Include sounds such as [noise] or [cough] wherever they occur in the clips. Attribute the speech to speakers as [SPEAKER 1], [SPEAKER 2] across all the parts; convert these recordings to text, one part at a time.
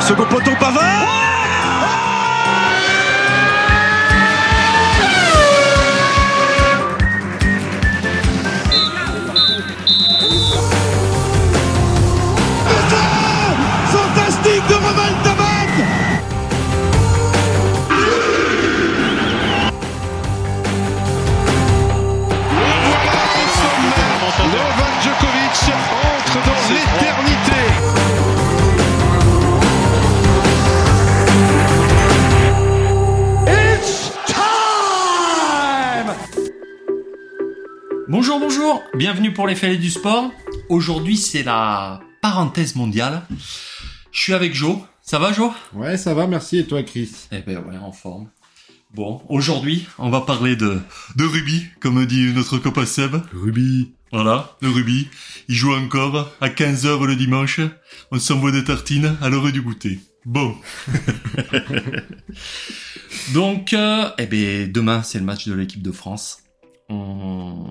[SPEAKER 1] second poteau Pavard Putain Fantastique de Romain Tabat
[SPEAKER 2] Novak Djokovic entre dans l'éternité.
[SPEAKER 3] Bonjour, bonjour, bienvenue pour les fêlés du sport. Aujourd'hui, c'est la parenthèse mondiale. Je suis avec Jo. Ça va, Jo
[SPEAKER 4] Ouais, ça va, merci. Et toi, Chris
[SPEAKER 3] Eh ben ouais, en forme. Bon, aujourd'hui, on va parler de, de rugby, comme dit notre copain Seb.
[SPEAKER 4] Ruby.
[SPEAKER 3] Voilà, le rugby. Il joue encore à 15h le dimanche. On s'envoie des tartines à l'heure du goûter. Bon. Donc, euh, eh ben, demain, c'est le match de l'équipe de France. On,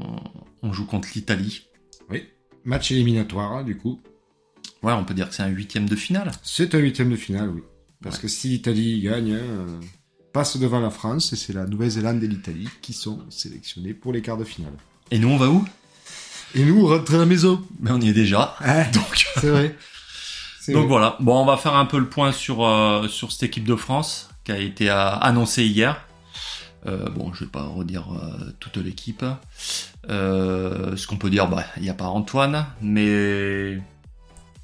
[SPEAKER 3] on joue contre l'Italie.
[SPEAKER 4] Match éliminatoire, hein, du coup.
[SPEAKER 3] Ouais, on peut dire que c'est un huitième de finale.
[SPEAKER 4] C'est un huitième de finale, oui. Parce que si l'Italie gagne, euh, passe devant la France, et c'est la Nouvelle-Zélande et l'Italie qui sont sélectionnés pour les quarts de finale.
[SPEAKER 3] Et nous, on va où
[SPEAKER 4] Et nous, on rentre à la maison.
[SPEAKER 3] Mais on y est déjà.
[SPEAKER 4] [laughs] donc, Ah, c'est vrai. C'est
[SPEAKER 3] Donc
[SPEAKER 4] vrai.
[SPEAKER 3] voilà. Bon, on va faire un peu le point sur euh, sur cette équipe de France qui a été euh, annoncée hier. Euh, bon, je vais pas redire euh, toute l'équipe. Euh, ce qu'on peut dire, bah, il n'y a pas Antoine, mais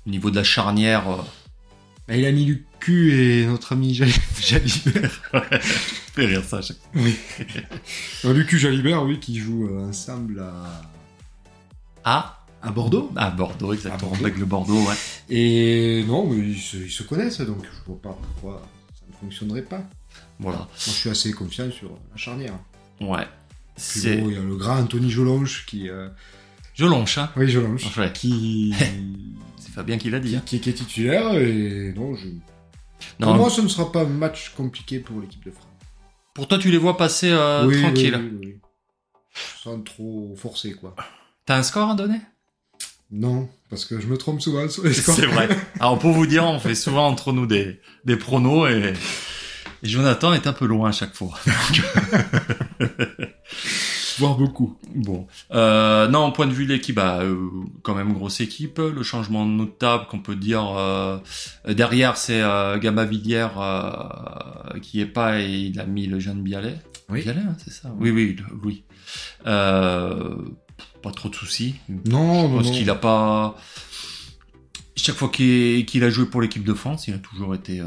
[SPEAKER 3] au niveau de la charnière, euh, [laughs]
[SPEAKER 4] Ah, Il a mis du cul et notre ami Jal- Jalibert.
[SPEAKER 3] [laughs] fait rire ça. à chaque fois.
[SPEAKER 4] Euh, du cul Jalibert, oui, qui joue euh, ensemble à,
[SPEAKER 3] Ah,
[SPEAKER 4] à Bordeaux.
[SPEAKER 3] à Bordeaux exactement.
[SPEAKER 4] À Bordeaux.
[SPEAKER 3] Avec le Bordeaux, ouais.
[SPEAKER 4] Et non, mais ils se, ils se connaissent, donc je vois pas pourquoi ça ne fonctionnerait pas. Moi,
[SPEAKER 3] Voilà.
[SPEAKER 4] je suis assez confiant sur la charnière.
[SPEAKER 3] Ouais.
[SPEAKER 4] Puis
[SPEAKER 3] C'est
[SPEAKER 4] bon, il y a le grand Anthony Jolonge qui. euh,
[SPEAKER 3] je lonche, hein.
[SPEAKER 4] Oui, Jolonge. [laughs]
[SPEAKER 3] Ouais. [laughs]
[SPEAKER 4] Qui...
[SPEAKER 3] C'est Fabien qui l'a dit.
[SPEAKER 4] qui,
[SPEAKER 3] hein.
[SPEAKER 4] qui- qui est titulaire et non, je...
[SPEAKER 3] Non,
[SPEAKER 4] pour moi, ce ne sera pas un match compliqué pour l'équipe de France.
[SPEAKER 3] pour toi, tu les vois passer euh,
[SPEAKER 4] Oui, oui,
[SPEAKER 3] tranquille.
[SPEAKER 4] oui, oui, oui. Sans trop forcer, quoi.
[SPEAKER 3] T'as un score à donner
[SPEAKER 4] Non, parce que je me trompe souvent sur les scores.
[SPEAKER 3] C'est vrai. Alors pour vous dire, on fait souvent entre nous des, des pronos et, et Jonathan est un peu loin à chaque fois.
[SPEAKER 4] Voire beaucoup.
[SPEAKER 3] Bon. Euh, non, au point de vue de l'équipe, bah, euh, quand même grosse équipe. Le changement notable qu'on peut dire euh, derrière, c'est euh, Gama Villière euh, qui est pas et il a mis le jeune Bialet.
[SPEAKER 4] Oui.
[SPEAKER 3] Bialet, hein, c'est ça. Oui, oui, le- Louis. Euh, pas trop de soucis.
[SPEAKER 4] Non,
[SPEAKER 3] Je
[SPEAKER 4] non,
[SPEAKER 3] pense
[SPEAKER 4] non.
[SPEAKER 3] qu'il a pas. Chaque fois qu'il qu'il a joué pour l'équipe de France, il a toujours été euh,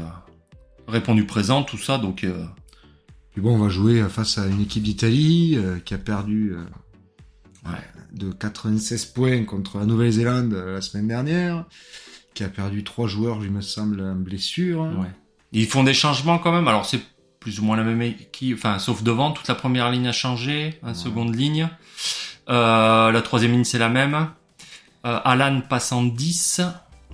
[SPEAKER 3] répondu présent, tout ça. Donc, euh,
[SPEAKER 4] Puis bon, on va jouer euh, face à une équipe d'Italie euh, qui a perdu euh,
[SPEAKER 3] Ouais.
[SPEAKER 4] de 96 points contre la Nouvelle-Zélande euh, la semaine dernière, qui a perdu trois joueurs, il me semble, en blessure.
[SPEAKER 3] ils font des changements quand même. Alors, c'est plus ou moins la même équipe. Enfin, sauf devant, toute la première ligne a changé, la
[SPEAKER 4] Ouais.
[SPEAKER 3] seconde ligne. Euh, la troisième ligne, c'est la même. Euh, Alan passe en 10.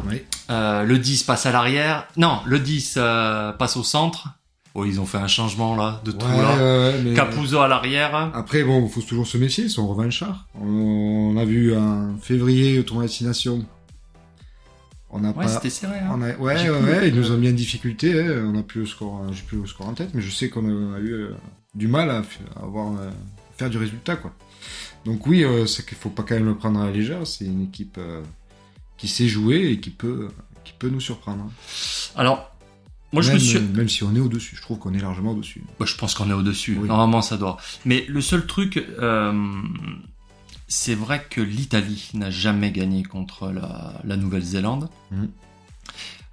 [SPEAKER 4] Ouais.
[SPEAKER 3] Euh, le 10 passe à l'arrière. Non, le 10 euh, passe au centre. Oh, ils ont fait un changement là, de trou
[SPEAKER 4] Ouais,
[SPEAKER 3] là.
[SPEAKER 4] ouais, Ah. mais- euh,
[SPEAKER 3] Capuzzo à l'arrière.
[SPEAKER 4] Après, bon, faut toujours se méfier, ils sont revanchards. On, on a vu en février au tournoi destination. On n'a
[SPEAKER 3] Ouais,
[SPEAKER 4] pas.
[SPEAKER 3] c'était serré. hein.
[SPEAKER 4] On a- ouais,
[SPEAKER 3] J'ai
[SPEAKER 4] ouais,
[SPEAKER 3] plus-
[SPEAKER 4] ouais, ils nous ont mis en difficulté. hein. On a plus le score, j'ai plus le score en tête, mais je sais qu'on a, eu euh, du mal à, f- à avoir, euh, faire du résultat, quoi. Donc oui, euh, c'est qu'il faut pas quand même le prendre à la légère. C'est une équipe euh, qui sait jouer et qui peut, qui peut nous surprendre. hein.
[SPEAKER 3] Alors, moi je
[SPEAKER 4] même,
[SPEAKER 3] me suis.
[SPEAKER 4] euh, même si on est au dessus, je trouve qu'on est largement au dessus.
[SPEAKER 3] Bah, je pense qu'on est au-dessus.
[SPEAKER 4] Oui.
[SPEAKER 3] Normalement, ça doit. Mais le seul truc, euh, c'est vrai que l'Italie n'a jamais gagné contre la, la Nouvelle-Zélande.
[SPEAKER 4] Mhm.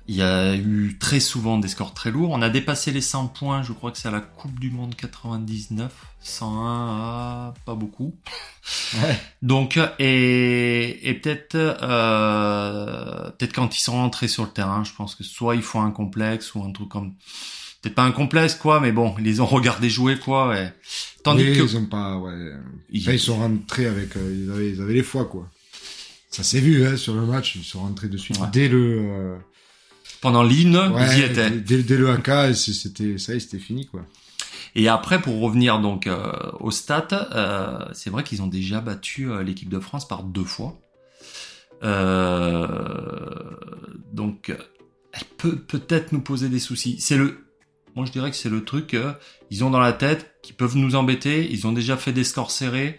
[SPEAKER 3] Il y a eu très souvent des scores très lourds. On a dépassé les 100 points, je crois que c'est à la Coupe du Monde 99. 101 à pas beaucoup.
[SPEAKER 4] Ouais.
[SPEAKER 3] Donc, et, et peut-être euh, peut-être quand ils sont rentrés sur le terrain, je pense que soit ils font un complexe ou un truc comme... Peut-être pas un complexe, quoi, mais bon, ils les ont regardé jouer, quoi. et- Tandis
[SPEAKER 4] Mais
[SPEAKER 3] que...
[SPEAKER 4] ils ont pas, ouais,
[SPEAKER 3] Ils-
[SPEAKER 4] Là, ils sont rentrés avec. euh, ils, avaient, ils avaient les foies, quoi. Ça s'est vu, hein, sur le match. Ils sont rentrés de suite
[SPEAKER 3] Ouais.
[SPEAKER 4] dès le.
[SPEAKER 3] Pendant l'hymne,
[SPEAKER 4] euh, ouais,
[SPEAKER 3] ils y étaient.
[SPEAKER 4] Dès, dès le AK, et c'est- c'était, ça y est, c'était fini, quoi.
[SPEAKER 3] Et après, pour revenir donc euh, au stat, euh, c'est vrai qu'ils ont déjà battu euh, l'équipe de France par deux fois. Euh, donc, euh, elle peut peut-être nous poser des soucis. C'est le, moi je dirais que c'est le truc qu'ils ont dans la tête, qui peuvent nous embêter. Ils ont déjà fait des scores serrés,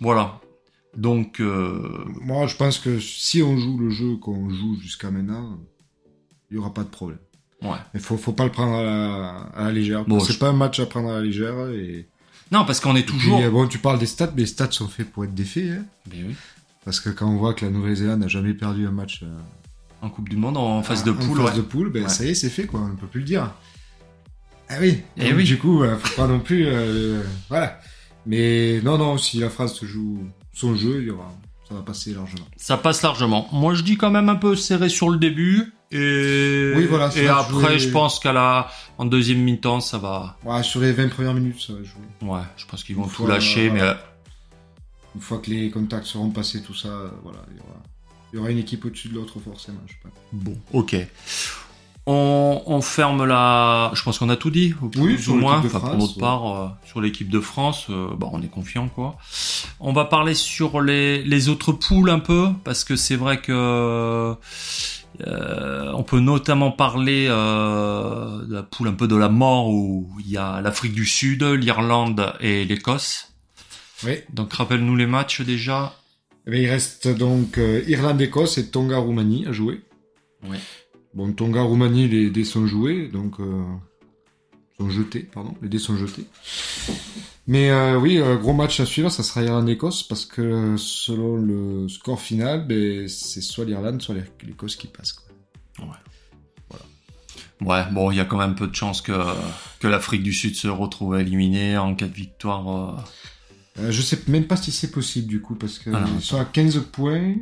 [SPEAKER 3] voilà. Donc euh,
[SPEAKER 4] Moi, je pense que si on joue le jeu qu'on joue jusqu'à maintenant, il y aura pas de problème.
[SPEAKER 3] ouais.
[SPEAKER 4] Il faut, faut pas le prendre à la, à la légère.
[SPEAKER 3] Bon,
[SPEAKER 4] c'est
[SPEAKER 3] je-
[SPEAKER 4] pas un match à prendre à la légère. Et...
[SPEAKER 3] Non, parce qu'on est toujours.
[SPEAKER 4] Puis, euh, bon, tu parles des stats, mais les stats sont faits pour être défaits. hein.
[SPEAKER 3] Mais oui.
[SPEAKER 4] Parce que quand on voit que la Nouvelle-Zélande n'a jamais perdu un match euh,
[SPEAKER 3] En Coupe du Monde, en phase de
[SPEAKER 4] en
[SPEAKER 3] poule,
[SPEAKER 4] phase
[SPEAKER 3] ouais.
[SPEAKER 4] de poule, ben,
[SPEAKER 3] Ouais.
[SPEAKER 4] ça y est, c'est fait, quoi. On ne peut plus le dire. Ah oui.
[SPEAKER 3] Eh
[SPEAKER 4] Donc,
[SPEAKER 3] oui.
[SPEAKER 4] Du coup, euh, faut pas non plus. euh, voilà. Mais non, non, si la phrase se joue son jeu, il y aura, ça va passer largement.
[SPEAKER 3] Ça passe largement. Moi, je dis quand même un peu serré sur le début. Et,
[SPEAKER 4] Oui, voilà, ça
[SPEAKER 3] et
[SPEAKER 4] va
[SPEAKER 3] après,
[SPEAKER 4] jouer-
[SPEAKER 3] je pense qu'à la en deuxième mi-temps, ça va.
[SPEAKER 4] Ouais, sur les 20 premières minutes, ça va jouer.
[SPEAKER 3] Ouais, je pense qu'ils vont
[SPEAKER 4] Une
[SPEAKER 3] tout
[SPEAKER 4] fois,
[SPEAKER 3] lâcher,
[SPEAKER 4] euh,
[SPEAKER 3] mais euh,
[SPEAKER 4] Une fois que les contacts seront passés, tout ça, euh, voilà, il y aura, il y aura une équipe au-dessus de l'autre, forcément. Je sais pas.
[SPEAKER 3] bon, ok. On, on ferme la. Je pense qu'on a tout dit, ou plus
[SPEAKER 4] Oui,
[SPEAKER 3] ou
[SPEAKER 4] sur
[SPEAKER 3] moins.
[SPEAKER 4] l'équipe de
[SPEAKER 3] Enfin, pour
[SPEAKER 4] France,
[SPEAKER 3] notre
[SPEAKER 4] ouais.
[SPEAKER 3] part, euh, sur l'équipe de France, euh, bah, on est confiant, quoi. On va parler sur les, les autres poules un peu, parce que c'est vrai que euh, on peut notamment parler euh, de la poule un peu de la mort où il y a l'Afrique du Sud, l'Irlande et l'Écosse.
[SPEAKER 4] Oui.
[SPEAKER 3] Donc rappelle-nous les matchs déjà.
[SPEAKER 4] Eh bien, il reste donc euh, Irlande-Écosse et Tonga-Roumanie à jouer.
[SPEAKER 3] Ouais.
[SPEAKER 4] Bon, Tonga-Roumanie, les dés sont joués, donc. euh, sont jetés, pardon, les dés sont jetés. Mais euh, oui, euh, gros match à suivre, ça sera Irlande-Écosse, parce que euh, selon le score final, ben, c'est soit l'Irlande, soit l'Ir- l'Écosse qui passe. quoi.
[SPEAKER 3] Ouais, bon, il y a quand même peu de chances que, que l'Afrique du Sud se retrouve éliminée en cas de victoire. euh,
[SPEAKER 4] Euh, je sais même pas si c'est possible du coup, parce qu'ils
[SPEAKER 3] Alors,
[SPEAKER 4] sont à 15 points.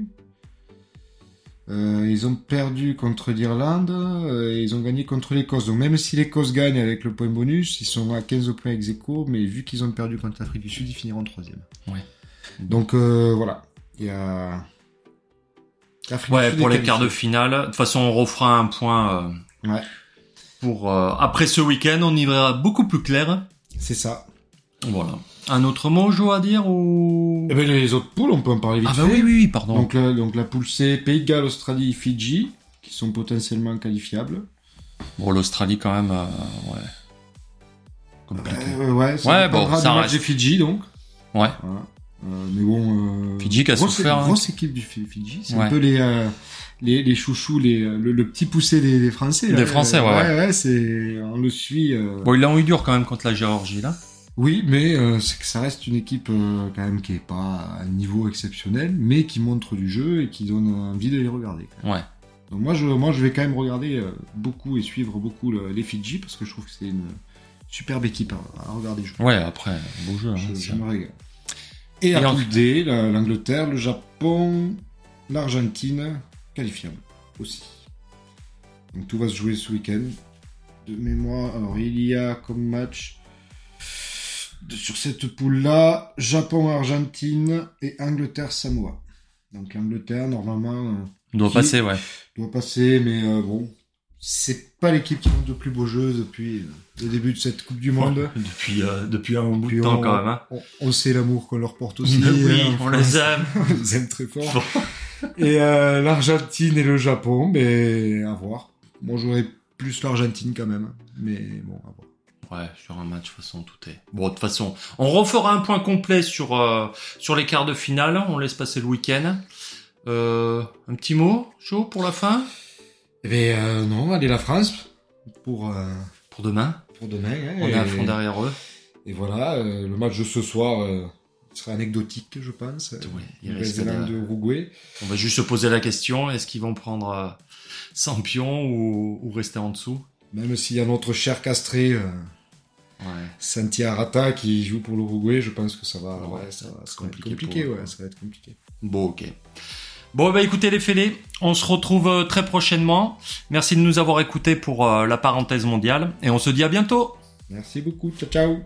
[SPEAKER 4] Euh, ils ont perdu contre l'Irlande euh, et ils ont gagné contre l'Écosse. Donc même si l'Écosse gagne avec le point bonus, ils sont à 15 points ex aequo, mais vu qu'ils ont perdu contre l'Afrique du Sud, ils finiront troisième.
[SPEAKER 3] Ouais.
[SPEAKER 4] Donc euh, voilà, il y a... l'Afrique du
[SPEAKER 3] Ouais,
[SPEAKER 4] Sud
[SPEAKER 3] pour
[SPEAKER 4] est
[SPEAKER 3] les quarts de
[SPEAKER 4] qualifiée.
[SPEAKER 3] finale. De toute façon, on refera un point euh,
[SPEAKER 4] Ouais.
[SPEAKER 3] pour euh, après ce week-end. On y verra beaucoup plus clair.
[SPEAKER 4] C'est ça.
[SPEAKER 3] Voilà. Un autre mot, Jo, à dire ou
[SPEAKER 4] Et ben les autres poules, on peut en parler vite
[SPEAKER 3] Ah bah
[SPEAKER 4] fait.
[SPEAKER 3] oui, oui, oui, pardon.
[SPEAKER 4] Donc, la, donc la poule C, Pays de Galles, Australie, Fidji, qui sont potentiellement qualifiables.
[SPEAKER 3] Bon, l'Australie quand même, euh, ouais. Compliqué.
[SPEAKER 4] Euh, ouais, ça
[SPEAKER 3] Ouais,
[SPEAKER 4] dépendra
[SPEAKER 3] bon, ça
[SPEAKER 4] du match
[SPEAKER 3] reste.
[SPEAKER 4] des Fidji, donc.
[SPEAKER 3] Ouais.
[SPEAKER 4] Voilà. Euh, mais bon... Euh,
[SPEAKER 3] Fidji qui a
[SPEAKER 4] grosse,
[SPEAKER 3] souffert, hein.
[SPEAKER 4] grosse équipe du Fi- Fidji. C'est
[SPEAKER 3] Ouais.
[SPEAKER 4] un peu les, euh, les, les chouchous, les, euh, le, le petit poussé des, des Français.
[SPEAKER 3] Des
[SPEAKER 4] là.
[SPEAKER 3] Français, ouais,
[SPEAKER 4] Ouais, ouais, c'est... On le suit... euh,
[SPEAKER 3] Bon, ils l'ont eu dur quand même contre la Géorgie, là.
[SPEAKER 4] Oui, mais euh, c'est que ça reste une équipe euh, quand même qui est pas à un niveau exceptionnel, mais qui montre du jeu et qui donne envie de les regarder. quand même.
[SPEAKER 3] Ouais.
[SPEAKER 4] Donc moi je, moi, je vais quand même regarder euh, beaucoup et suivre beaucoup le- les Fidji parce que je trouve que c'est une superbe équipe à, à regarder jouer.
[SPEAKER 3] Ouais, après, beau jeu. hein,
[SPEAKER 4] Je,
[SPEAKER 3] ça.
[SPEAKER 4] je me régale. Et
[SPEAKER 3] Et
[SPEAKER 4] à
[SPEAKER 3] en-
[SPEAKER 4] poule D, la- l'Angleterre, le Japon, l'Argentine, qualifiable aussi. Donc tout va se jouer ce week-end. De mémoire, alors il y a comme match de- sur cette poule-là, Japon-Argentine et Angleterre-Samoa. Donc l'Angleterre, normalement, euh,
[SPEAKER 3] On doit
[SPEAKER 4] Qui-
[SPEAKER 3] passer, ouais.
[SPEAKER 4] doit passer, mais euh, bon, c'est pas l'équipe qui monte le plus beau jeu depuis euh, le début de cette Coupe du Monde.
[SPEAKER 3] Depuis, euh, depuis un bout
[SPEAKER 4] Puis
[SPEAKER 3] de temps,
[SPEAKER 4] on-
[SPEAKER 3] quand même. Hein.
[SPEAKER 4] On, on sait l'amour qu'on leur porte aussi.
[SPEAKER 3] Mais [laughs] oui,
[SPEAKER 4] hein,
[SPEAKER 3] on les aime.
[SPEAKER 4] [laughs] on les aime très fort. et euh, l'Argentine et le Japon, mais à voir. Moi, j'aurais plus l'Argentine quand même. Mais bon, à voir.
[SPEAKER 3] Ouais, sur un match, de toute façon, tout est. Bon, de toute façon, on refera un point complet sur, euh, sur les quarts de finale. On laisse passer le week-end. Euh, un petit mot, chaud, pour la fin
[SPEAKER 4] Eh bien, euh, non, allez la France pour, euh,
[SPEAKER 3] Pour demain
[SPEAKER 4] pour demain. hein,
[SPEAKER 3] On
[SPEAKER 4] et,
[SPEAKER 3] est à fond derrière eux.
[SPEAKER 4] et voilà, euh, le match de ce soir euh, sera anecdotique, je pense.
[SPEAKER 3] Ouais, il risque de-
[SPEAKER 4] Nouvelle-Zélande, Uruguay.
[SPEAKER 3] On va juste se poser la question est-ce qu'ils vont prendre euh, 100 pions ou, ou rester en dessous
[SPEAKER 4] Même s'il y a notre cher castré. euh,
[SPEAKER 3] Ouais.
[SPEAKER 4] Santi Arata qui joue pour l'Uruguay, je pense que ça va,
[SPEAKER 3] Ouais,
[SPEAKER 4] ouais, ça, va- ça va
[SPEAKER 3] compliqué
[SPEAKER 4] être compliqué.
[SPEAKER 3] pour eux.
[SPEAKER 4] Ouais, ça va être compliqué.
[SPEAKER 3] Bon, ok. Bon, bah écoutez les fêlés, on se retrouve euh, très prochainement. Merci de nous avoir écoutés pour euh, la parenthèse mondiale et on se dit à bientôt.
[SPEAKER 4] Merci beaucoup, ciao ciao